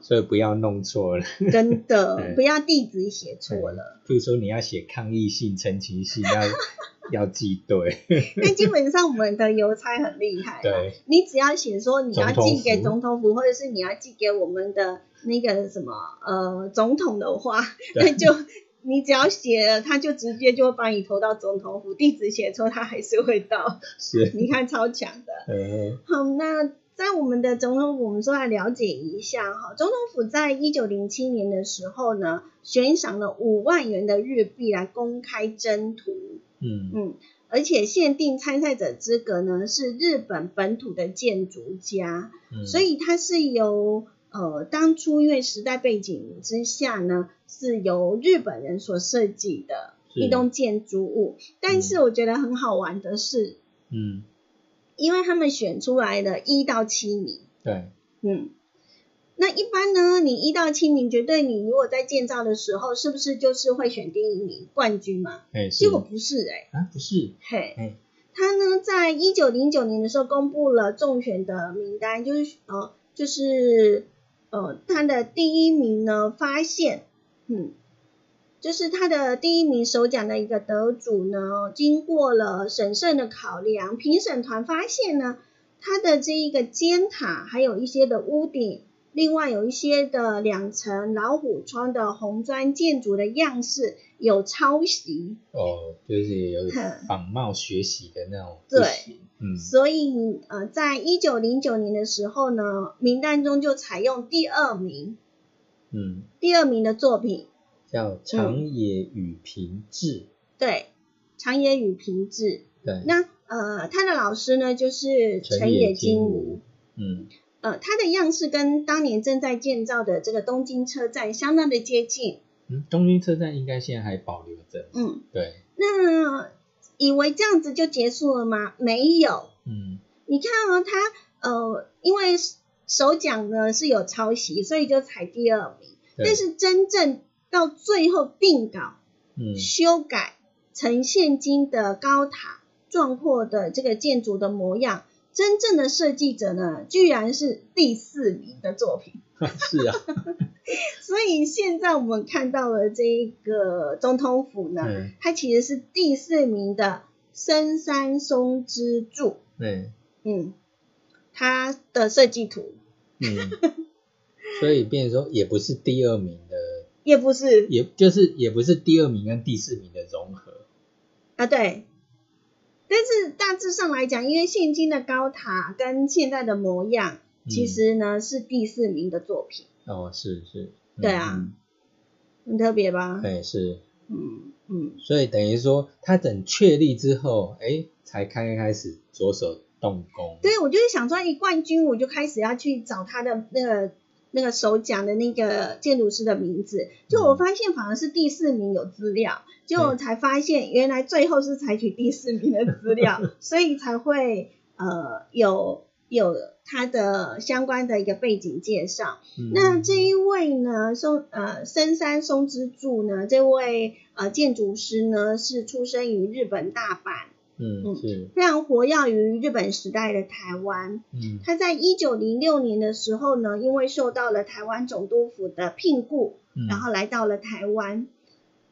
B: 所以不要弄错了。
C: 真的
B: 对，
C: 不要地址写错了。
B: 比如说你要写抗议信、陈情信， 要要记对，
C: 但基本上我们的邮差很厉害，啊
B: 对，
C: 你只要写说你要
B: 总统
C: 寄给
B: 府
C: 总统府，或者是你要寄给我们的那个什么呃总统的话，
B: 对
C: 那就你只要写了，他就直接就会把你投到总统府。地址写错，他还是会 到。
B: 是，
C: 你看超强的。
B: 呃，
C: 好，那在我们的总统府，我们说来了解一下哈。总统府在一九零七年的时候呢，悬赏了五万元的日币来公开征途，
B: 嗯
C: 嗯，而且限定参赛者资格呢是日本本土的建筑家，
B: 嗯，
C: 所以它是由呃当初因为时代背景之下呢，是由日本人所设计的
B: 是
C: 一栋建筑物。但是我觉得很好玩的是，
B: 嗯，
C: 因为他们选出来的一到七名，
B: 对，
C: 嗯，那一般呢，你一到七名，绝对你如果在建造的时候，是不是就是会选第一名冠军嘛？
B: 哎、是
C: 结果不是哎、
B: 啊，不是，
C: 嘿，
B: 哎、
C: 他呢在一九零九年的时候公布了中选的名单，就是呃就是呃他的第一名呢发现，嗯。就是他的第一名首奖的一个得主呢，经过了审慎的考量，评审团发现呢，它的这一个尖塔，还有一些的屋顶，另外有一些的两层老虎窗的红砖建筑的样式有抄袭，
B: 哦，就是有仿冒学习的那种
C: 嗯对
B: 不行，嗯，
C: 所以呃，在一九零九年的时候呢，名单中就采用第二名，
B: 嗯，
C: 第二名的作品，
B: 叫
C: 嗯
B: 长野与平治，
C: 对，长野与平治。
B: 对，
C: 那呃，他的老师呢就是
B: 成
C: 成
B: 野
C: 野
B: 金
C: 金
B: 吾
C: 吾，，
B: 嗯，
C: 呃，它的样式跟当年正在建造的这个东京车站相当的接近，
B: 嗯，东京车站应该现在还保留着，
C: 嗯，
B: 对，
C: 那以为这样子就结束了吗？没有，
B: 嗯，
C: 你看哦，他呃，因为首奖呢是有抄袭，所以就才第二名。
B: 对
C: 但是真正到最后定稿、
B: 嗯，
C: 修改呈现今的高塔壮阔的这个建筑的模样，真正的设计者呢，居然是第四名的作品。
B: 是啊，
C: 所以现在我们看到了这一个总统府呢，
B: 嗯，
C: 它其实是第四名的深山松之助。
B: 对，
C: 嗯，它的设计图
B: 嗯，所以变成说也不是第二名的，
C: 也不是
B: 也就是也不是第二名跟第四名的融合，
C: 啊，对。但是大致上来讲，因为现今的高塔跟现在的模样，
B: 嗯
C: 其实呢是第四名的作品，
B: 哦，是是，嗯
C: 对啊
B: 嗯
C: 很特别吧？
B: 对，是，
C: 嗯嗯，
B: 所以等于说他等确立之后，哎，才刚开始着手动工，
C: 对，我就是想说，一冠军我就开始要去找他的那个那个首奖的那个建筑师的名字，就
B: 嗯
C: 我发现反而是第四名有资料，结果我才发现原来最后是采取第四名的 资料，所以才会呃有有他的相关的一个背景介绍。
B: 嗯，
C: 那这一位呢，松呃深山松之助呢，这位呃建筑师呢，是出生于日本大阪，
B: 嗯
C: 嗯
B: 是，
C: 非常活跃于日本时代的台湾。
B: 嗯
C: 他在一九零六年的时候呢，因为受到了台湾总督府的聘雇，
B: 嗯，
C: 然后来到了台湾。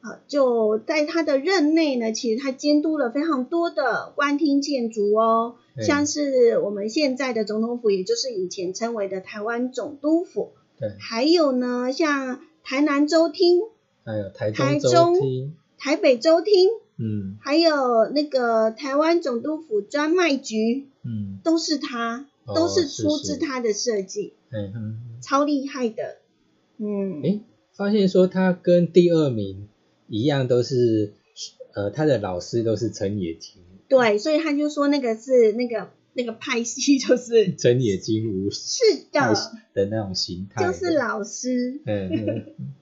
C: 啊，就在他的任内呢，其实他监督了非常多的官厅建筑哦，
B: 对
C: 像是我们现在的总统府，也就是以前称为的台湾总督府，
B: 对，
C: 还有呢，像台南州厅、
B: 还有台
C: 台
B: 中州
C: 中
B: 厅，
C: 台北州厅，
B: 嗯
C: 还有那个台湾总督府专卖局，
B: 嗯，
C: 都是他，
B: 哦
C: 都是
B: 是
C: 出
B: 是
C: 自他的设计，
B: 哎嗯，
C: 超厉害的。嗯，
B: 哎，发现说他跟第二名一样都是，呃，他的老师都是成野金吾，
C: 对，所以他就说那个是那个那个派系，就是
B: 成野金吾
C: 是
B: 派
C: 的，
B: 的那种形态，
C: 就是 老师。
B: 嗯， 嗯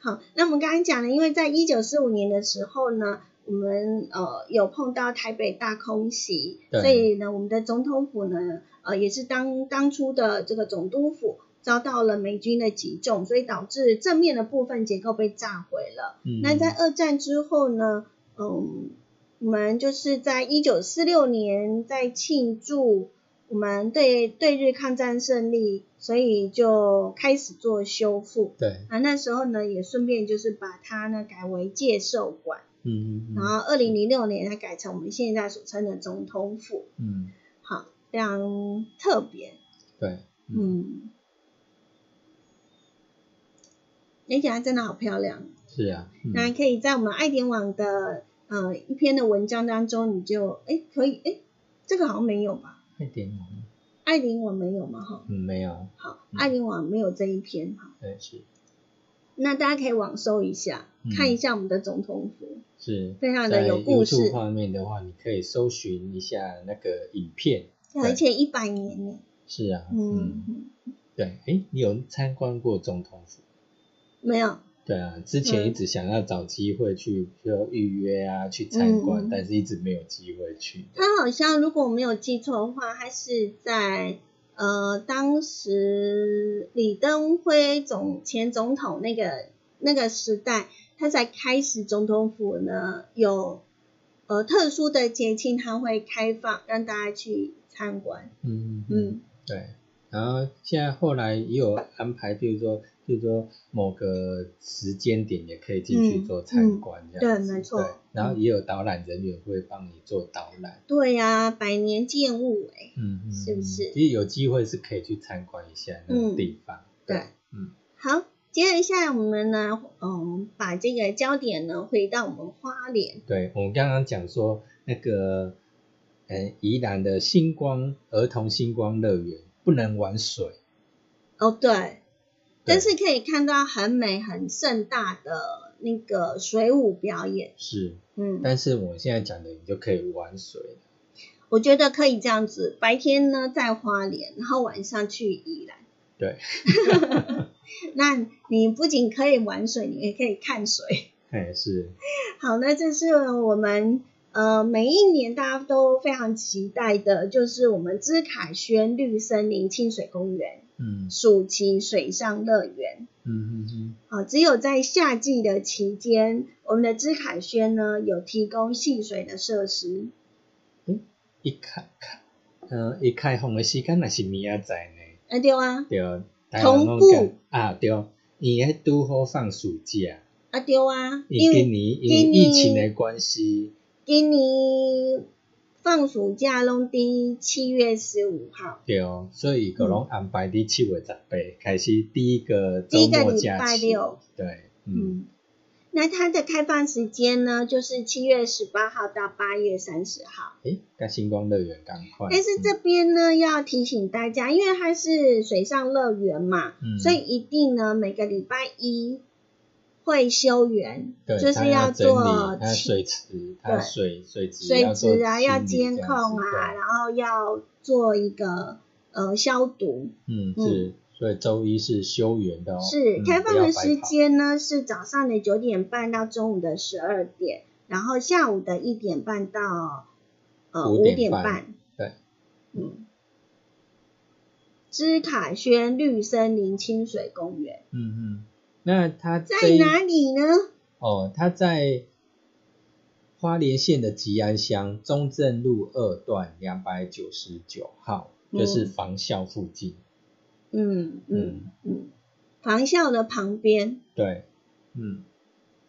C: 好，那我们刚刚讲了，因为在一九四五年的时候呢，我们呃有碰到台北大空袭，
B: 对
C: 所以呢，我们的总统府呢，呃，也是当当初的这个总督府遭到了美军的击中，所以导致正面的部分结构被炸毁了。
B: 嗯
C: 那在二战之后呢，嗯，我们就是在一九四六年在庆祝我们对对日抗战胜利，所以就开始做修复。
B: 对，
C: 啊，那时候呢也顺便就是把它呢改为介寿馆，
B: 嗯嗯
C: 然
B: 嗯
C: 后二零零六年它改成我们现在所称的总统府，
B: 嗯，
C: 好，非常特别，
B: 对，
C: 嗯，而且它哎真的好漂亮，
B: 是啊，嗯
C: 那可以在我们爱点网的呃一篇的文章当中，你就哎可以哎，这个好像没有吧？
B: 快点哦，
C: 爱点网没有嘛哈，
B: 嗯，没有，
C: 好，
B: 嗯
C: 爱点网没有这一篇哈，
B: 对，是
C: 那大家可以网搜一下，
B: 嗯
C: 看一下我们的总统府。
B: 是，
C: 非常的有
B: 在
C: 故
B: YouTube
C: 事
B: 画面的话，你可以搜寻一下那个影片，
C: 而且一百年呢，
B: 是啊，嗯，
C: 嗯，
B: 对，诶，你有参观过总统府？
C: 没有，
B: 对啊，之
C: 嗯
B: 前一直想要找机会去，就预约啊，去参观，
C: 嗯嗯
B: 但是一直没有机会去。
C: 它好像如果我没有记错的话，它是在呃当时李登辉总前总统那个那个时代，他才开始总统府呢有呃特殊的节庆，他会开放让大家去参观，
B: 嗯，
C: 嗯
B: 对。然后现在后来也有安排，比如说，比如说某个时间点也可以进去
C: 嗯
B: 做参观，这样子、
C: 对没错
B: 然后也有导览人员会帮你做导览，
C: 对呀、百年建物哎、
B: 嗯，嗯
C: 是不是
B: 嗯其实有机会是可以去参观一下那个地方。
C: 对，
B: 嗯，
C: 好，接着下来我们呢，嗯，把这个焦点呢回到我们花莲，
B: 对，我们刚刚讲说那个，呃，宜兰的星光儿童星光乐园不能玩水，
C: 哦对，
B: 对
C: 但是可以看到很美很盛大的那个水舞表演，
B: 是，
C: 嗯，
B: 但是我现在讲的你就可以玩水了，
C: 我觉得可以这样子，白天呢在花莲，然后晚上去宜兰。
B: 对，
C: 那你不仅可以玩水，你也可以看水。
B: 哎是，
C: 好，那这是我们呃每一年大家都非常期待的，就是我们芝凯轩绿森林清水公园
B: 嗯
C: 暑期水上乐园。
B: 嗯嗯嗯，
C: 啊、只有在夏季的期间，我们的芝凯轩呢有提供戏水的设施。
B: 一开开，呃，一开放的时间那是明仔载呢，
C: 啊，对啊，
B: 对，台湾拢
C: 同步
B: 讲啊对，伊迄拄好放暑假，
C: 啊，对啊，
B: 伊
C: 因
B: 今
C: 为
B: 年因为疫情的关系，
C: 今年放暑假拢伫七月十五号。
B: 对，所以个拢安排伫七月十八开始第一个周
C: 第一个
B: 末
C: 礼
B: 假
C: 拜
B: 期，
C: 六，
B: 对，嗯，
C: 嗯，那它的开放时间呢，就是七月十八号到八月三十号。
B: 诶，甲星光乐园赶快，
C: 但是这边呢，要提醒大家，因为它是水上乐园嘛，
B: 嗯
C: 所以一定呢每个礼拜一会休园，
B: 对
C: 就是
B: 它要整
C: 做
B: 理它的
C: 清
B: 水池，它的
C: 对
B: 水水质
C: 水
B: 做
C: 质啊，要
B: 清理
C: 监
B: 这样
C: 控
B: 子
C: 啊，
B: 对
C: 然后要做一个呃消毒。
B: 嗯，
C: 嗯
B: 是，所以周一是休园的哦。
C: 是
B: 嗯
C: 开放的时，
B: 不要白跑
C: 间呢是早上的九点半到中午的十二点，然后下午的一点半到呃
B: 5
C: 五
B: 点
C: 点
B: 半
C: 半。
B: 对，
C: 嗯。芝卡轩绿森林清水公园
B: 嗯嗯，那它
C: 在
B: 这一
C: 哪里呢？
B: 哦，它在花莲县的吉安乡中正路二段两百九十九号，就是
C: 嗯
B: 防校附近。
C: 嗯嗯嗯，防校的旁边
B: 对，嗯，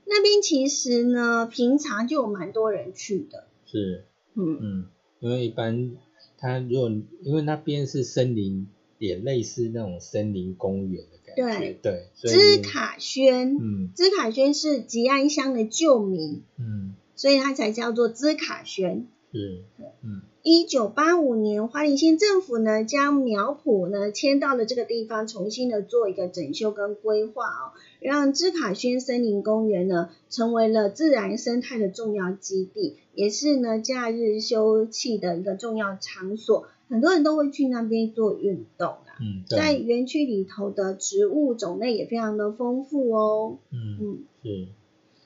C: 那边其实呢，平常就有蛮多人去的。
B: 是，
C: 嗯，
B: 嗯，因为一般它如果因为那边是森林，也类似那种森林公园的感觉，对，所以
C: 芝，卡轩，
B: 嗯
C: 芝卡轩是吉安乡的旧名，
B: 嗯
C: 所以它才叫做芝卡轩。
B: 是，嗯
C: 一九八五年，花莲县政府呢将苗圃呢迁到了这个地方，重新的做一个整修跟规划哦，让芝卡轩森林公园呢成为了自然生态的重要基地，也是呢假日休憩的一个重要场所，很多人都会去那边做运动啊。
B: 嗯，
C: 在
B: 对，
C: 园区里头的植物种类也非常的丰富哦，
B: 嗯
C: 嗯，
B: 是，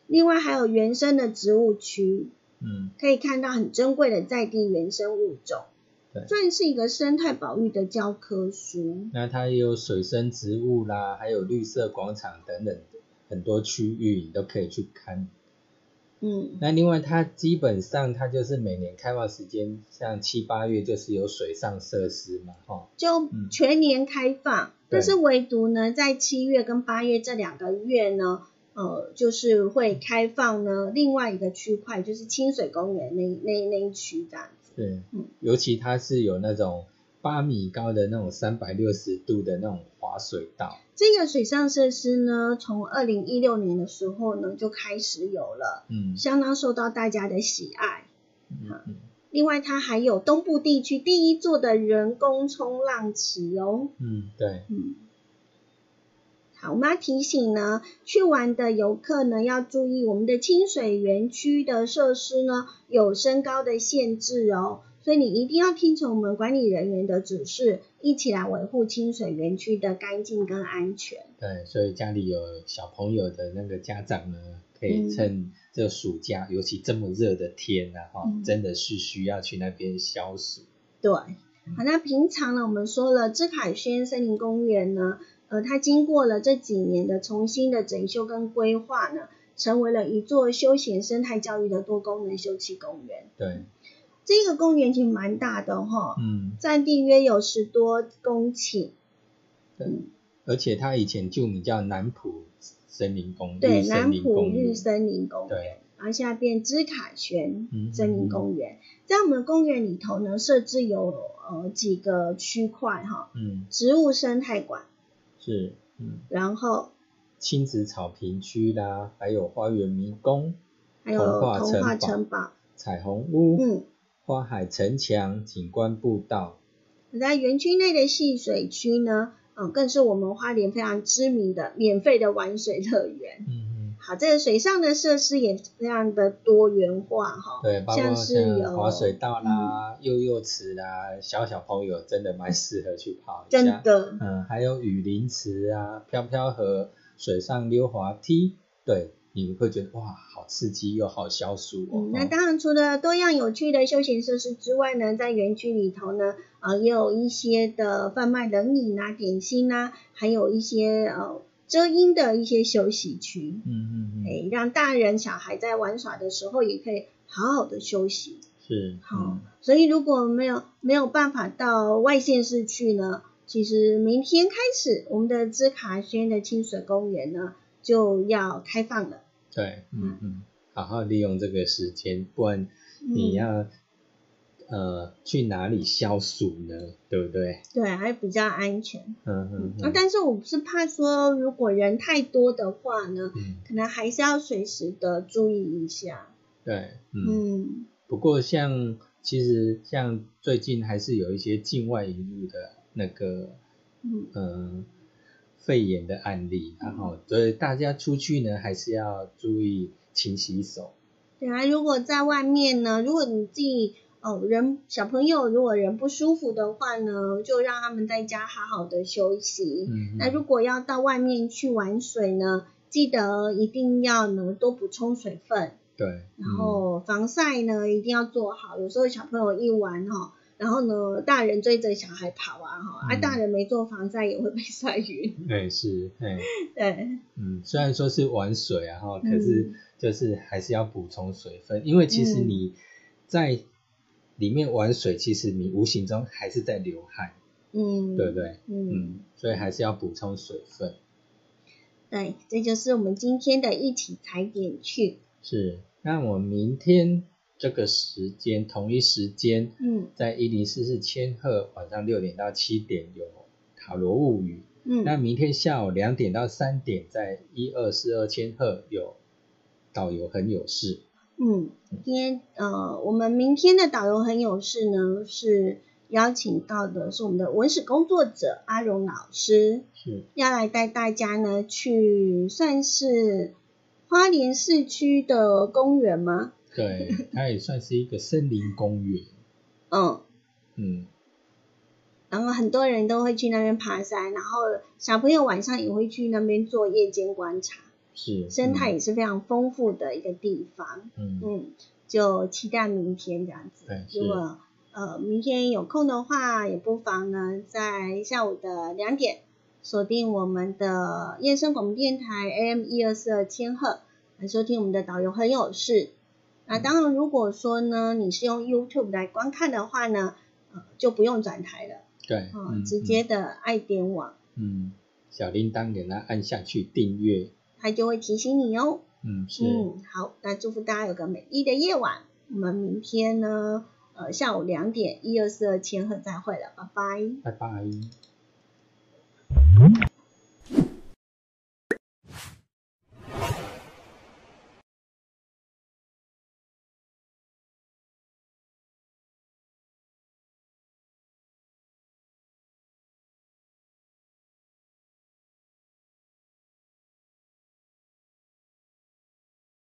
C: 另外还有原生的植物区，
B: 嗯
C: 可以看到很珍贵的在地原生物种
B: 对，
C: 算是一个生态保育的教科书。
B: 那它也有水生植物啦，还有绿色广场等等很多区域你都可以去看。
C: 嗯，
B: 那另外它基本上它就是每年开放时间，像七八月就是有水上设施嘛，哈，
C: 就
B: 嗯
C: 全年开放，
B: 对
C: 但是唯独呢，在七月跟八月这两个月呢，呃，就是会开放呢另外一个区块，就是清水公园那那那一区这样子。
B: 对
C: 嗯，
B: 尤其它是有那种八米高的那种三百六十度的那种滑水道，
C: 这个水上设施呢，从二零一六年的时候呢就开始有了，
B: 嗯
C: 相当受到大家的喜爱。
B: 嗯嗯
C: 另外，它还有东部地区第一座的人工冲浪池哦。
B: 嗯，对，
C: 嗯，好，我们要提醒呢，去玩的游客呢要注意，我们的清水园区的设施呢有身高的限制哦，所以你一定要听从我们管理人员的指示，一起来维护清水园区的干净跟安全。
B: 对，所以家里有小朋友的那个家长呢，可以
C: 嗯
B: 趁这暑假，尤其这么热的天啊，哈、
C: 嗯
B: 真的是需要去那边消暑。
C: 对，
B: 嗯
C: 好，那平常呢，我们说了芝凯轩森林公园呢，呃，它经过了这几年的重新的整修跟规划呢，成为了一座休闲生态教育的多功能休憩公园。
B: 对，
C: 这个公园其实蛮大的哈、
B: 嗯，
C: 占地约有十多公顷，
B: 而且它以前旧名叫南浦森林公
C: 对，
B: 绿森
C: 南
B: 林
C: 浦
B: 公园
C: 绿，森林公
B: 对
C: 园，然后现在变芝凯轩
B: 嗯
C: 森林公园。在我们公园里头呢，设置有呃几个区块哈、
B: 嗯，
C: 植物生态馆，
B: 是，嗯，
C: 然后
B: 亲子草坪区啦，还有花园迷宫、
C: 还有
B: 童话
C: 童话
B: 城堡
C: 城堡，
B: 彩虹屋、
C: 嗯，
B: 花海城墙、景观步道，
C: 在园区内的戏水区呢，嗯、更是我们花莲非常知名的免费的玩水乐园。
B: 嗯嗯，
C: 好，这个水上的设施也非常的多元化哈，
B: 对，包括
C: 像是有嗯
B: 像滑水道啦、幼幼池啦，小小朋友真的蛮适合去跑一下。
C: 真的，
B: 嗯，还有雨林池啊、飘飘河、水上溜滑梯，对，你会觉得哇，好刺激又好消暑哦。
C: 嗯，那
B: 哦
C: 当然，除了多样有趣的休闲设施之外呢，在园区里头呢，呃，也有一些的贩卖冷饮啊、点心啊，还有一些呃遮阴的一些休息区，
B: 嗯嗯嗯，
C: 哎，让大人小孩在玩耍的时候也可以好好的休息。
B: 是，
C: 好
B: 嗯，
C: 所以如果没有没有办法到外县市去呢，其实明天开始，我们的芝卡轩的清水公园呢就要开放了。
B: 对，嗯嗯，好好利用这个时间，不然你
C: 嗯
B: 要、呃去哪里消暑呢？对不对？
C: 对，还比较安全。
B: 嗯嗯
C: 啊，
B: 嗯，
C: 但是我是怕说，如果人太多的话呢，
B: 嗯
C: 可能还是要随时的注意一下。
B: 对，嗯。
C: 嗯，
B: 不过像其实像最近还是有一些境外引入的那个
C: 嗯
B: 嗯，肺炎的案例，然后所以大家出去呢还是要注意勤洗手。
C: 对啊，如果在外面呢，如果你自己哦人小朋友如果人不舒服的话呢，就让他们在家好好的休息。
B: 嗯
C: 那如果要到外面去玩水呢，记得一定要呢多补充水分，
B: 对，
C: 然
B: 嗯
C: 后防晒呢一定要做好。有时候小朋友一玩哈，然后呢大人追着小孩跑啊哈，啊
B: 嗯
C: 大人没做防晒也会被晒晕。
B: 嗯对是，哎，
C: 对，
B: 嗯，虽然说是玩水啊，哈，可
C: 嗯
B: 是就是还是要补充水分，因为其实
C: 嗯
B: 你在里面玩水，其实你无形中还是在流汗，
C: 嗯，
B: 对不对？
C: 嗯，
B: 嗯，所以还是要补充水分。
C: 对，这就是我们今天的一起踩点去。
B: 是，那我们明天这个时间同一时间，
C: 嗯
B: 在一零四四千赫晚上六点到七点有塔罗物语，
C: 嗯，
B: 那明天下午两点到三点在一二四二千赫有导游很有事，
C: 嗯，今天呃，我们明天的导游很有事呢，是邀请到的是我们的文史工作者阿荣老师，
B: 是
C: 要来带大家呢去算是花莲市区的公园吗？
B: 对，它也算是一个森林公园，
C: 嗯，
B: 嗯，
C: 然后很多人都会去那边爬山，然后小朋友晚上也会去那边做夜间观察，
B: 是
C: 生态也
B: 嗯
C: 是非常丰富的一个地方。
B: 嗯，
C: 嗯，就期待明天这样子
B: 对。是
C: 如果呃明天有空的话，也不妨呢在下午的两点锁定我们的燕声广播电台 AM 一二四二千赫来收听我们的导游很有事。那
B: 嗯
C: 当然，如果说呢你是用 YouTube 来观看的话呢，呃就不用转台了，
B: 对，
C: 哦、
B: 嗯
C: 直接，的爱点网，
B: 嗯，嗯小铃铛给它按下去订阅，
C: 它就会提醒你哦。
B: 嗯，是，
C: 嗯，好，那祝福大家有个美丽的夜晚。我们明天呢，呃，下午两点一二四二千赫再会了，拜拜。
B: 拜拜。